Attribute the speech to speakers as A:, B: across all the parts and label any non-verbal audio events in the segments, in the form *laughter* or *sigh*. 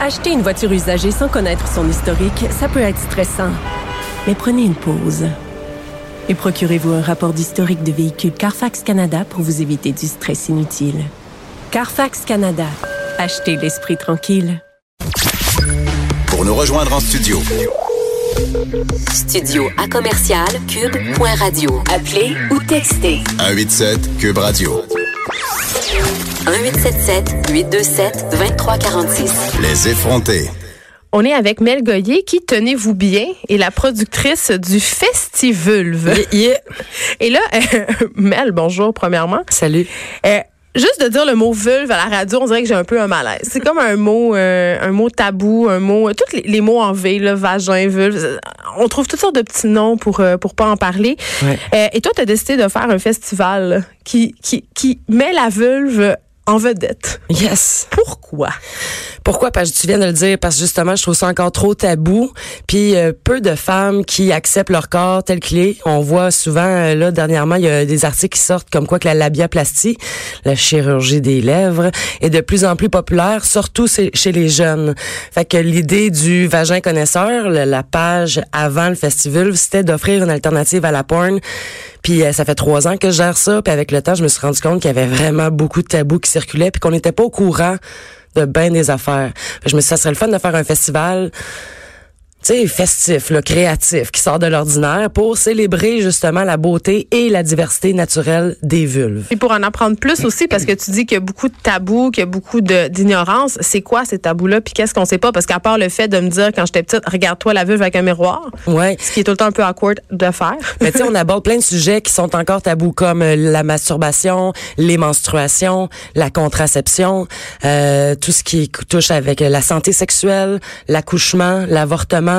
A: Acheter une voiture usagée sans connaître son historique, ça peut être stressant. Mais prenez une pause. Et procurez-vous un rapport d'historique de véhicule Carfax Canada pour vous éviter du stress inutile. Carfax Canada. Achetez l'esprit tranquille.
B: Pour nous rejoindre en studio.
C: Studio à commercial cube.radio. Appelez ou textez
B: 187 Cube Radio.
C: 1877 827 2346.
B: Les effronter.
D: On est avec Mel Goyer qui, tenez-vous bien, est la productrice du Festivulve. Et là, euh, *laughs* Mel, bonjour premièrement.
E: Salut.
D: Euh, juste de dire le mot vulve à la radio, on dirait que j'ai un peu un malaise. C'est comme un mot, euh, un mot tabou, un mot, euh, tous les, les mots en V, là, vagin, vulve. euh, On trouve toutes sortes de petits noms pour euh, pour pas en parler.
E: Ouais.
D: Euh, et toi, t'as décidé de faire un festival qui qui qui met la vulve en vedette.
E: Yes.
D: Pourquoi
E: Pourquoi? Parce que tu viens de le dire, parce que justement, je trouve ça encore trop tabou. Puis euh, peu de femmes qui acceptent leur corps tel qu'il est. On voit souvent, euh, là, dernièrement, il y a des articles qui sortent comme quoi que la labiaplastie, la chirurgie des lèvres, est de plus en plus populaire, surtout chez chez les jeunes. Fait que l'idée du vagin connaisseur, le- la page avant le festival, c'était d'offrir une alternative à la porn. Puis euh, ça fait trois ans que je gère ça. Puis avec le temps, je me suis rendu compte qu'il y avait vraiment beaucoup de tabous qui circulaient, puis qu'on n'était pas au courant de bien des affaires. Fait que Je me suis dit, ça serait le fun de faire un festival, tu sais, festif, là, créatif, qui sort de l'ordinaire pour célébrer justement la beauté et la diversité naturelle des vulves.
D: Et pour en apprendre plus aussi, parce que tu dis qu'il y a beaucoup de tabous, qu'il y a beaucoup de- d'ignorance. C'est quoi ces tabous-là Puis qu'est-ce qu'on sait pas Parce qu'à part le fait de me dire quand j'étais petite, regarde-toi la vulve avec un miroir,
E: Ouais.
D: ce qui est tout le temps un peu awkward de faire. *laughs*
E: Mais tu sais, on aborde plein de sujets qui sont encore tabous, comme euh, la masturbation, les menstruations, la contraception, euh, tout ce qui touche avec euh, la santé sexuelle, l'accouchement, l'avortement.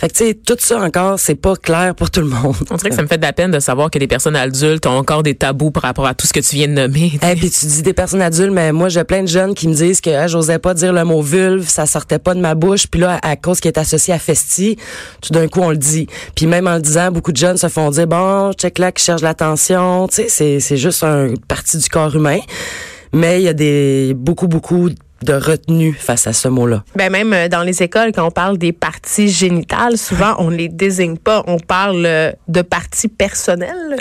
E: Fait que tu sais, tout ça encore, c'est pas clair pour tout le monde.
F: On dirait que ça me fait de la peine de savoir que les personnes adultes ont encore des tabous par rapport à tout ce que tu viens de nommer.
E: Et Eh, puis tu dis des personnes adultes, mais moi j'ai plein de jeunes qui me disent que ah, j'osais pas dire le mot vulve, ça sortait pas de ma bouche, puis là à, à cause qui est associé à festi, tout d'un coup on le dit. Puis même en le disant, beaucoup de jeunes se font dire bon, check là qui cherche l'attention, tu sais, c'est c'est juste une partie du corps humain, mais il y a des beaucoup beaucoup de retenue face à ce mot-là.
D: Ben même euh, dans les écoles, quand on parle des parties génitales, souvent on les désigne pas. On parle euh, de parties
F: *laughs*
D: personnelles.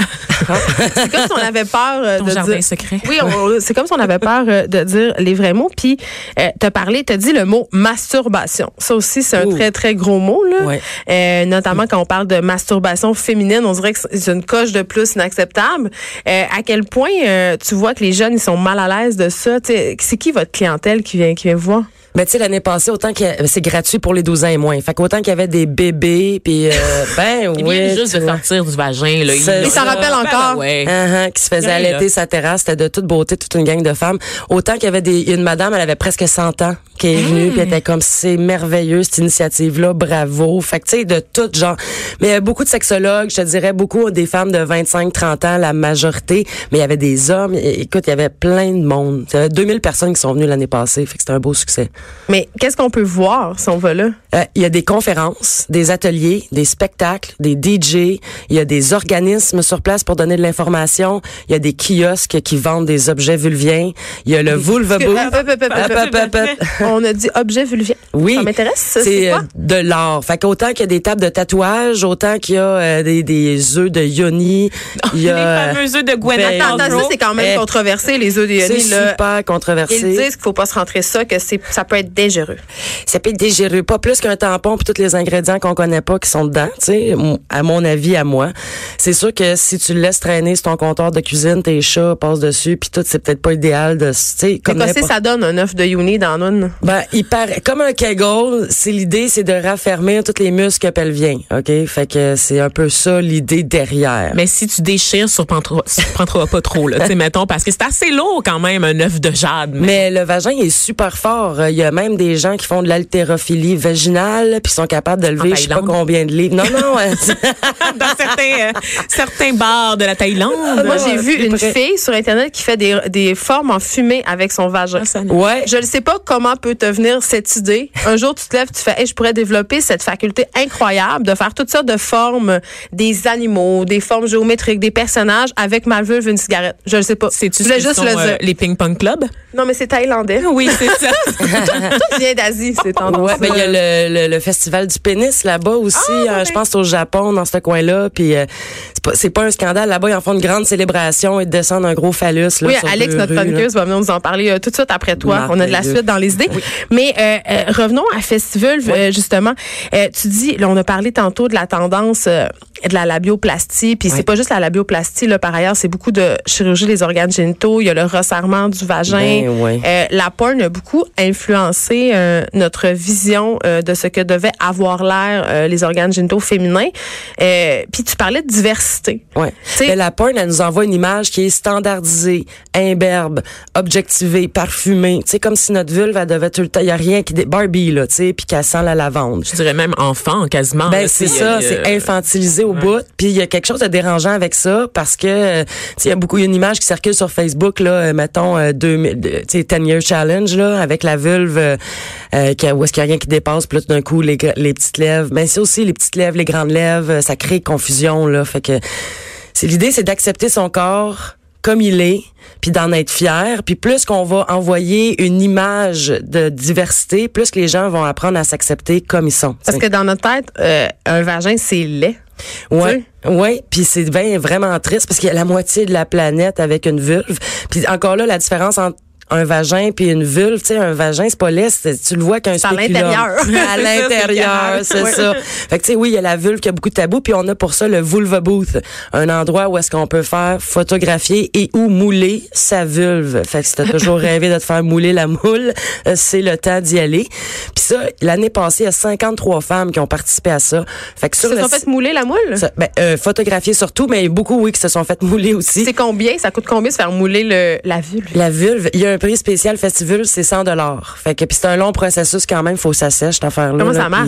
D: c'est comme si on avait peur euh,
F: Ton
D: de
F: jardin
D: dire.
F: secret.
D: Oui, on- c'est comme si on avait peur euh, de dire les vrais mots. Puis, euh, t'as parlé, t'as dit le mot masturbation. Ça aussi, c'est un
E: Ouh.
D: très, très gros mot, là.
E: Oh. Ouais.
D: Euh, notamment quand on parle de masturbation féminine, on dirait que c'est une coche de plus inacceptable. Euh, à quel point euh, tu vois que les jeunes, ils sont mal à l'aise de ça? Tu sais, C'est qui votre clientèle qui vient, qui vient vous voir?
E: Mais tu sais l'année passée autant que c'est gratuit pour les 12 ans et moins. Fait qu'autant qu'il y avait des bébés puis euh,
F: *laughs*
E: ben
F: Il
E: oui,
F: vient Eh juste
E: tu
F: de
E: vois.
F: sortir du vagin. Là.
E: Ça- Il s'en
D: rappelle
F: Ah,
D: encore.
F: ben ouais.
E: Uh-huh, qui se faisait
F: Rien, là.
E: allaiter sa terrasse. C'était de toute beauté, toute une gang de femmes. Autant qu'il y avait des, une madame, elle avait presque 100 ans, qui est venue, puis elle était comme, c'est merveilleux, cette initiative-là, bravo. Fait que, tu sais, de tout genre. Mais il y avait beaucoup de sexologues, je te dirais, beaucoup des femmes de 25, 30 ans, la majorité. Mais il y avait des hommes. É- Écoute, il y avait plein de monde. Il y avait 2000 personnes qui sont venues l'année passée. Fait que c'était un beau succès.
D: Mais qu'est-ce qu'on peut voir si on va là?
E: Euh, Il y a des conférences, des ateliers, des spectacles, des DJ. Il y a des organismes sur place pour donner de l'information. Il y a des kiosques qui vendent des objets vulviens. Il y a le
D: *laughs*
E: vulva booth.
D: Hop, hop, hop, hop,
E: Hop,
D: hop,
E: hop, hop, hop.
D: euh, On a dit objet vulvien.
E: Oui.
D: Ça m'intéresse, ça. C'est
E: C'est euh,
D: quoi?
E: de l'art. Fait qu'autant qu'il y a des tables de tatouage, autant qu'il y a euh, des, des œufs
D: *laughs*
E: de yoni. Il y a,
F: Les fameux œufs de Gwyneth
E: ben,
D: Attends, attends, ça, c'est quand même
E: Eh,
D: controversé, les œufs de
E: C'est
D: Yoni, là.
E: super controversé.
D: Ils disent qu'il faut pas se rentrer ça, que c'est, ça peut être dangereux.
E: ça peut être dégéreux, pas plus qu'un tampon puis tous les ingrédients qu'on connaît pas qui sont dedans, tu sais, m- à mon avis, à moi. C'est sûr que si tu le laisses traîner sur ton comptoir de cuisine, tes chats passent dessus puis tout, c'est peut-être pas idéal de, tu sais,
D: Mais
E: comme
D: qu'est-ce que
E: n'importe-
D: ça donne un œuf de Yoni dans une?
E: ben, il paraît, comme un Kegel, c'est l'idée, c'est de raffermir tous les muscles pelviens, OK? Fait que c'est un peu ça l'idée derrière.
F: Mais si tu déchires, sur prendras pas trop, là. Tu sais, mettons, parce que c'est assez lourd quand même, un œuf de jade.
E: Mais le vagin il est super fort. Euh, Il y a même des gens qui font de l'haltérophilie vaginale. vaginale, puis ils sont capables de lever je sais pas
F: Thaïlande.
E: combien de livres. Non, non. *laughs* euh,
F: dans certains, euh, certains bars de la Thaïlande.
D: Moi, j'ai vu une
E: près.
D: fille sur Internet qui fait des, des formes en fumée avec son vagin.
F: Ah, ça, non.
E: ouais.
D: Je ne sais pas comment peut te venir cette idée. Un jour, tu te lèves, tu fais, Hey, je pourrais développer cette faculté incroyable de faire toutes sortes de formes, des animaux, des formes géométriques, des personnages avec ma vulve une cigarette. Je ne sais pas. Je
F: C'est-tu
D: voulais
F: ce que
D: juste
F: sont,
D: le
F: euh,
D: dire.
F: les ping-pong clubs?
D: Non, mais c'est thaïlandais. *laughs*
F: Oui, c'est ça.
D: Tout vient d'Asie, c'est tendance. euh, Ah,
E: Ouais, ben il y a le, le, le festival du pénis là-bas aussi, euh, je pense au Japon dans ce coin-là, puis euh, c'est pas c'est pas un scandale là-bas, ils en font une grande célébration et descendent un gros phallus là,
D: Oui,
E: sur
D: Alex,
E: deux
D: notre
E: rues, là.
D: chroniqueuse, va venir nous en parler euh, tout de suite après toi. On a de la
E: Merveilleux.
D: suite dans les idées. Mais euh, euh, revenons à Festival, euh, justement. Euh, tu dis, là, on a parlé tantôt de la tendance euh, de la labioplastie, puis c'est pas juste la labioplastie, là, par ailleurs, c'est beaucoup de chirurgie des organes génitaux, il y a le resserrement du vagin.
E: Ben, ouais.
D: Euh, la porn a beaucoup influencé euh, notre vision euh, de ce que devaient avoir l'air euh, les organes génitaux féminins. Euh, puis tu parlais de diversité.
E: Ouais.
D: sais-
E: Mais la porn, elle nous envoie une image qui est standardisée, imberbe, objectivée, parfumée. Tu sais, comme si notre vulve, elle devait tout le temps, il y a rien qui, dé- Barbie, là, tu sais, puis qu'elle sent la lavande.
F: *laughs* Je dirais même enfant, quasiment.
E: Ben
F: là,
E: c'est
F: tu sais,
E: ça,
F: euh,
E: c'est infantilisé au bout. Puis il y a quelque chose de dérangeant avec ça parce que euh, tu sais, il y a beaucoup il y a une image qui circule sur Facebook là, euh, mettons euh, 2000 de- tu sais 10 year challenge là avec la vulve euh, euh, qui- où est-ce qu'il y a rien qui dépasse puis là tout d'un coup les gra- les petites lèvres. Ben c'est aussi les petites lèvres, les grandes lèvres, euh, ça crée confusion là, fait que c'est l'idée c'est d'accepter son corps comme il est, puis d'en être fier, puis plus qu'on va envoyer une image de diversité, plus que les gens vont apprendre à s'accepter comme ils sont. tu
D: Parce
E: sais.
D: que dans notre tête, euh, un vagin, c'est laid.
E: Ouais. Ouais, puis c'est ben vraiment triste parce qu'il y a la moitié de la planète avec une vulve. Puis encore là, la différence entre un vagin puis une vulve, tu sais, un vagin, c'est pas laid, c'est- tu le vois
D: *laughs*
E: qu'un
D: C'est à
E: spéculum. *laughs*
D: l'intérieur.
E: à l'intérieur,
D: C'est ça, c'est
E: c'est ça. Fait que tu sais, oui, il y a la vulve qui a beaucoup de tabous, puis on a pour ça le vulva booth, un endroit où est-ce qu'on peut faire photographier et ou mouler sa vulve. Fait que si
D: *laughs*
E: t'as toujours rêvé de te faire mouler la moule, euh, c'est le temps d'y aller. Puis ça, l'année passée, il y a 53 femmes qui ont participé à ça. Fait que sur
D: Ils se
E: le
D: sont fait mouler la moule?
E: ça- ben, euh, photographier surtout, mais beaucoup, oui, qui se sont fait mouler aussi.
D: C'est combien? Ça coûte combien se faire mouler le, la vulve?
E: La vulve, il y a un prix spécial festivul, c'est 100 dollars. Fait que puis c'est un long processus quand même, faut que ça sèche cette affaire là.
D: Comment ça marche?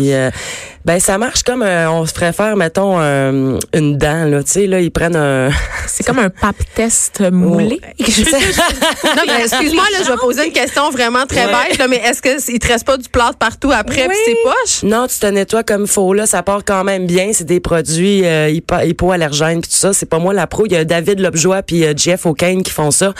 E: ben ça marche comme euh, on se ferait faire mettons euh, une dent là, tu sais là, ils
D: *laughs*
E: prennent un
F: C'est comme un pape test moulé.
D: Non, mais *laughs* excuse-moi, là, je vais poser une question vraiment très bête, là, mais est-ce qu'il te reste pas du plâtre partout après puis c'est poche?
E: Non, tu te nettoies comme faut là, ça part quand même bien, c'est des produits euh, hypo- hypoallergènes puis tout ça, c'est pas moi la pro, il y a David Lobjoie puis euh, Jeff O'Kane qui font ça.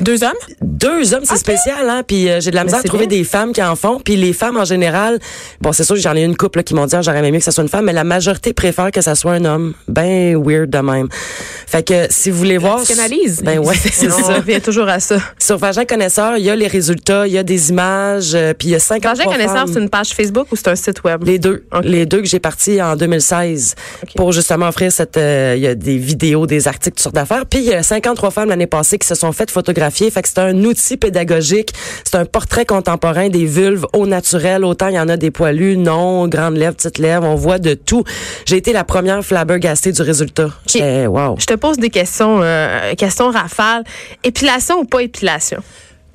F: Deux hommes?
E: deux hommes, c'est spécial, hein. Puis euh, j'ai de la misère à
D: c'est
E: trouver
D: bien.
E: des femmes qui en font. Puis les femmes en général, bon, c'est sûr, j'en ai une couple là, qui m'ont dit, Ah, j'aurais aimé mieux que ça soit une femme, mais la majorité préfère que ça soit un homme. Ben weird de même. Fait que si vous voulez voir,
F: psychanalyse.
D: *laughs*
E: ben ouais, *laughs* c'est
D: On
E: ça.
D: revient toujours à ça.
E: Sur Vagin Connaisseur, il y a les résultats, il y a des images, euh, puis il y a 50
D: Vagin connaisseur, c'est une page Facebook ou c'est un site web?
E: les deux, les deux que j'ai partis en 2016 pour justement offrir cette euh, il y a des vidéos, des articles toutes sortes d'affaires. Puis il y a 53 femmes l'année passée qui se sont faites photographier, fait que c'est un outil pédagogique, c'est un portrait contemporain des vulves au naturel, autant il y en a des poilus, non, grandes lèvres, petites lèvres, on voit de tout. J'ai été la première flabbergastée du résultat. J'étais wow.
D: Je te pose des questions, euh, questions rafales. Épilation ou pas épilation?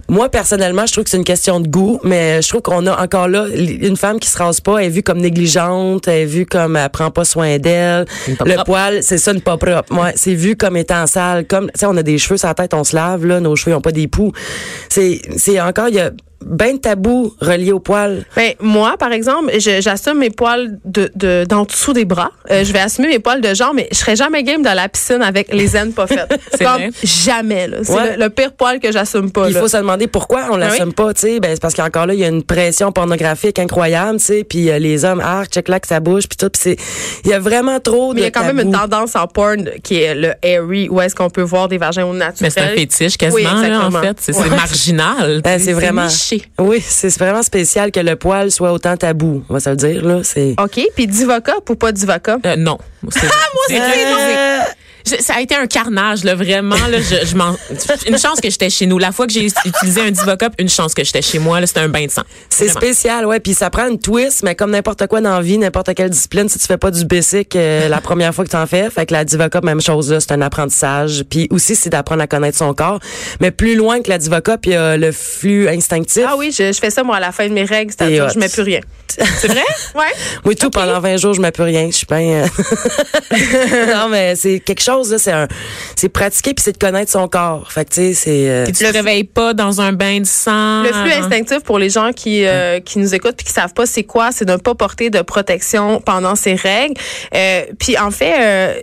E: Moi, personnellement, je trouve que c'est une question de goût, mais je trouve qu'on a encore là l- une femme qui se rase pas, elle est vue comme négligente, elle est vue comme elle prend pas soin d'elle.
F: pas
E: Le
F: propre.
E: poil, c'est ça, une pas propre. Ouais, c'est vu comme étant sale. Comme, tu sais, on a des cheveux sur la tête, on se lave, là, nos cheveux ont pas des poux. C'est, c'est encore, il y a ben de tabous reliés au poil.
D: Ben, moi, par exemple, je- j'assume mes poils de, de, d'en dessous des bras. Euh, je vais assumer mes poils de genre, mais je serais jamais game dans la piscine avec les aines pas faites.
F: *laughs* C'est
D: Comme
F: vrai.
D: jamais, là. C'est
E: Ouais.
D: le, le pire poil que j'assume pas,
E: Puis Il
D: là. Ah
E: faut se demander pourquoi on l'assume pas, tu sais, ben c'est parce qu'encore là il y a une pression pornographique incroyable, tu sais, puis euh, les hommes ah check là que ça bouge puis tout, puis c'est il y a vraiment trop
D: Mais il
E: de
D: y a quand même une
E: tabous.
D: tendance en porn qui est le hairy, où est-ce qu'on peut voir des vagins au naturel.
F: Mais c'est un fétiche quasiment,
D: Oui,
F: là, en
D: exactement.
F: fait. C'est c'est
D: Ouais.
F: marginal.
E: Ben,
F: tu sais,
E: c'est vraiment.
F: niché.
E: Oui, c'est vraiment spécial que le poil soit autant tabou. On va se le
F: Oh,
E: dire là. C'est.
D: OK, puis divoca ou pas divoca? Ah,
F: Euh, non. Moi, c'est. Moi,
E: Euh,
F: je- ça a été un carnage, là, vraiment. Là, je, je m'en- une chance que j'étais chez nous. La fois que j'ai utilisé un Divocop, une chance que j'étais chez moi, là, c'était un bain de sang.
E: C'est
F: Vraiment.
E: spécial, ouais. Puis ça prend une twist, mais comme n'importe quoi dans la vie, n'importe quelle discipline, si tu fais pas du basic
F: *laughs*
E: euh, la première fois que tu en fais, fait que la Divocop, même chose là, c'est un apprentissage. Puis aussi, c'est d'apprendre à connaître son corps. Mais plus loin que la Divocop, il y a le flux instinctif.
D: Ah oui, je, je fais ça, moi, à la fin de mes règles, c'est-à-dire
E: hot.
D: que je mets plus rien.
F: C'est vrai?
D: Ouais.
E: Oui, tout pendant 20 jours, je mets plus rien. Je suis pas.
F: *laughs*
E: *laughs* non, mais c'est quelque chose, là, c'est un, c'est pratiquer puis c'est de connaître son corps. Fait que tu sais, c'est. euh,
F: Puis tu te réveilles pas dans un bain de sang.
D: Le flux instinctif pour les gens qui euh, qui nous écoutent puis qui savent pas c'est quoi, c'est de ne pas porter de protection pendant ces règles. Euh, puis en fait. euh,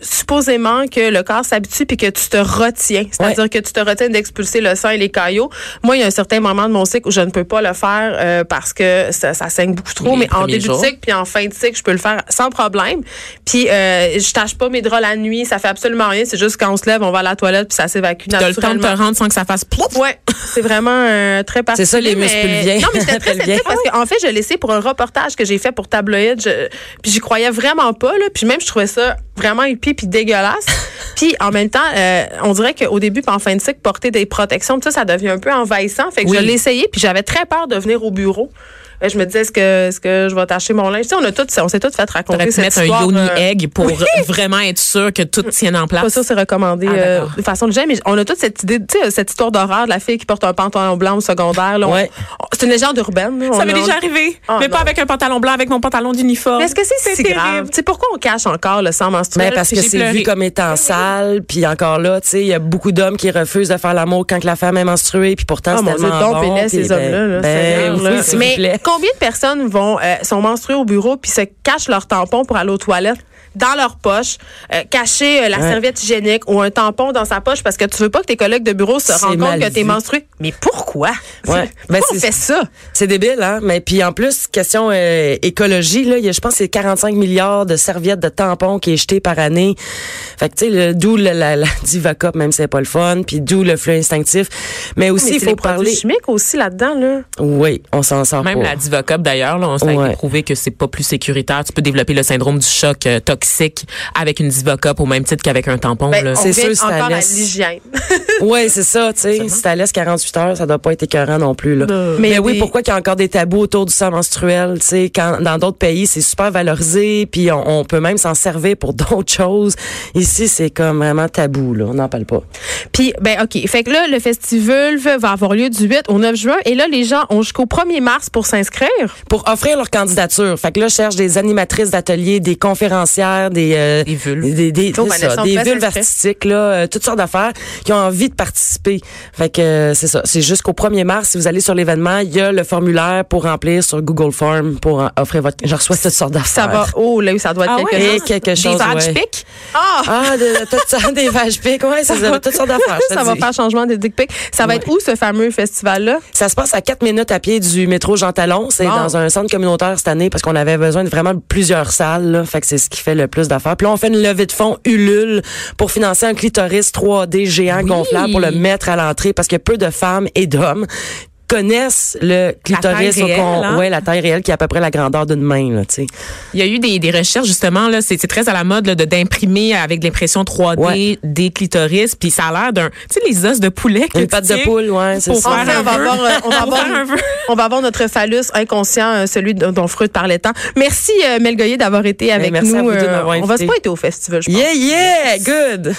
D: supposément que le corps s'habitue puis que tu te retiens, c'est-à-dire que tu te retiens d'expulser le sang et les caillots. Moi, il y a un certain moment de mon cycle où je ne peux pas le faire euh, parce que ça, ça saigne beaucoup trop,
F: Les
D: mais en
F: premiers
D: début
F: jours.
D: de cycle puis en fin de cycle, je peux le faire sans problème. Puis euh, je tâche pas mes draps la nuit, ça fait absolument rien, c'est juste quand on se lève, on va à la toilette puis ça s'évacue
F: T'as le temps de
D: naturellement.
F: te rendre sans que ça fasse plouf.
D: Ouais, c'est vraiment euh, très particulier.
E: ça, les muscles
D: mais-
E: pelviens.
D: Non, mais
F: *laughs*
D: j'étais très
E: Pelviens.
D: sceptique parce qu'en fait, je l'ai essayé pour un reportage que j'ai fait pour Tabloïd. Je- puis j'y croyais vraiment pas, là. Puis même, je trouvais ça vraiment hippie puis
F: *laughs*
D: dégueulasse. puis en même temps, euh, on dirait qu'au début, puis en fin de cycle, porter des protections, tout ça, ça devient un peu envahissant. Fait que
F: Oui.
D: je l'ai essayé, puis j'avais très peur de venir au bureau. Euh, Je me disais, est-ce que, est-ce que je vais tâcher mon linge? Tu sais, on, a tout, on s'est tous fait
F: T'aurais
D: raconter
F: pu
D: cette
F: mettre un
D: histoire.
F: yoni
D: euh,
F: egg pour vraiment être sûr que tout tienne en
D: pas
F: place.
D: sûr que c'est recommandé
F: Ah,
D: euh,
F: d'accord.
D: de façon de mais on a toute cette idée, tu sais, euh, cette histoire d'horreur de la fille qui porte un pantalon blanc au secondaire. là, on-
E: Ouais.
D: on- c'est une légende urbaine. là, on
F: Ça m'est
D: a-
F: déjà arrivé.
D: Ah,
F: mais
D: non.
F: pas avec un pantalon blanc, avec mon pantalon d'uniforme.
D: Mais est-ce que c'est si
F: terrible.
D: grave? Tu sais, pourquoi on cache encore le sang menstruel?
E: Mais Eh, parce que
F: j'ai
E: c'est
F: pleuré.
E: vu comme étant sale, puis encore là, tu sais, il y a beaucoup d'hommes qui refusent de faire l'amour quand que la femme est menstruée, puis pourtant
D: Ah,
E: c'est
D: mon Dieu,
E: tellement
D: donc,
E: bon.
D: pénètre
E: puis
D: ces
E: ben-
D: hommes-là, là,
E: ben,
D: Seigneur, là.
E: oui, s'il vous
D: Mais
E: plaît.
D: combien de personnes vont euh, sont menstruées au bureau puis se cachent leur tampon pour aller aux toilettes dans leur poche, euh, cacher euh, la serviette hygiénique ou un tampon dans sa poche parce que tu veux pas que tes collègues de bureau se
E: C'est
D: rendent compte
E: mal
D: que t'es
E: vu.
D: menstruée. Mais pourquoi? *laughs*
E: Ouais. Ben,
D: Pourquoi on
E: c'est-
D: fait ça?
E: C'est débile, hein? Mais puis en plus, question euh, écologie, là, il y a, je pense que c'est 45 milliards de serviettes de tampons qui est jeté par année. Fait que tu sais, le- d'où la, la, *laughs* la divacop, même si c'est pas le fun, puis d'où le flux instinctif. Mais aussi,
D: Ah, Mais
E: il
D: c'est
E: faut
D: les produits
E: parler. Ben,
D: chimiques aussi là-dedans, là.
E: Oui, on s'en sort
F: Même
E: pas.
F: la Divocop, d'ailleurs, là, on s'est
E: Ouais.
F: prouvé que c'est pas plus sécuritaire. Tu peux développer le syndrome du choc euh, toxique avec une Divocop au même titre qu'avec un tampon.
D: Ben,
F: là.
D: on
E: C'est
D: revient
E: sûr, c'est
D: encore
E: à
D: à
E: l'est.
D: l'hygiène.
E: *laughs* Oui, c'est ça, tu sais. Si t'as laisse 48 heures, ça doit pas être écœurant non plus, là. Mais,
D: Mais
E: oui,
D: des-
E: pourquoi qu'il y a encore des tabous autour du sang menstruel, tu sais, quand dans d'autres pays, c'est super valorisé, puis on, on peut même s'en servir pour *laughs* d'autres choses. Ici, c'est comme vraiment tabou, là. On n'en parle pas.
D: *laughs* Puis, ben OK. Fait que là, le festival va avoir lieu du 8 au 9 juin. Et là, les gens ont jusqu'au 1er mars pour s'inscrire.
E: Pour offrir leur candidature. Fait que là, je cherche des animatrices d'ateliers, des conférencières, des... euh,
F: Des vulves.
E: Des, des,
D: Oh,
E: c'est
D: Vanessa,
E: ça,
D: on
E: des
D: fait ça
E: vulves
D: exprès.
E: artistiques, là, euh, toutes sortes d'affaires qui ont envie de participer. Fait que euh, c'est ça. C'est jusqu'au 1er mars. Si vous allez sur l'événement, il y a le formulaire pour remplir sur Google Form pour euh, offrir votre... Je reçois toutes sortes d'affaires.
D: Ça va. Oh, là, ça doit être
F: Ah
D: quelque
F: ouais,
D: chose.
E: Et quelque chose,
F: Des badge
E: ouais.
F: pics?
D: Ah!
E: Ah, de, de, toutes sortes- des vaches piques, ouais, c'est ça, toutes sortes d'affaires. je
D: *laughs*
E: te
D: Ça va
E: dis.
D: faire changement des dick pics. Ça va être où, ce fameux festival-là?
E: Ça se passe à 4 minutes à pied du métro Jean Talon. C'est
D: Bon.
E: dans un centre communautaire cette année parce qu'on avait besoin de vraiment plusieurs salles. Là. Fait que c'est ce qui fait le plus d'affaires. Puis là, on fait une levée de fonds Ulule pour financer un clitoris 3D géant gonflable pour le mettre à l'entrée parce que peu de femmes et d'hommes connaissent le clitoris
F: taille
E: au con-
F: réelle, hein?
E: ouais la taille réelle qui est à peu près la grandeur d'une main là tu sais
F: Il y a eu des, des recherches justement là, c'est c'est très à la mode là, de d'imprimer avec de l'impression 3D
E: Ouais.
F: des clitoris, puis ça a l'air d'un, tu sais les os de poulet, que
E: Une
F: tu
E: patte de
F: tiens
E: poule, ouais, c'est
F: pour
E: ça.
D: Enfin,
F: faire un
D: on va
F: vœu.
D: avoir, euh, on va
F: Pour
D: avoir-
F: faire un vœu.
D: On va avoir notre phallus inconscient, euh, celui dont dont Freud parlait tant. Merci, euh, Mel Goyer, d'avoir été avec
E: Ben, merci à
D: nous.
E: vous deux de m'avoir
D: on va se
E: invité.
D: pointer au festival, je pense.
E: yeah yeah good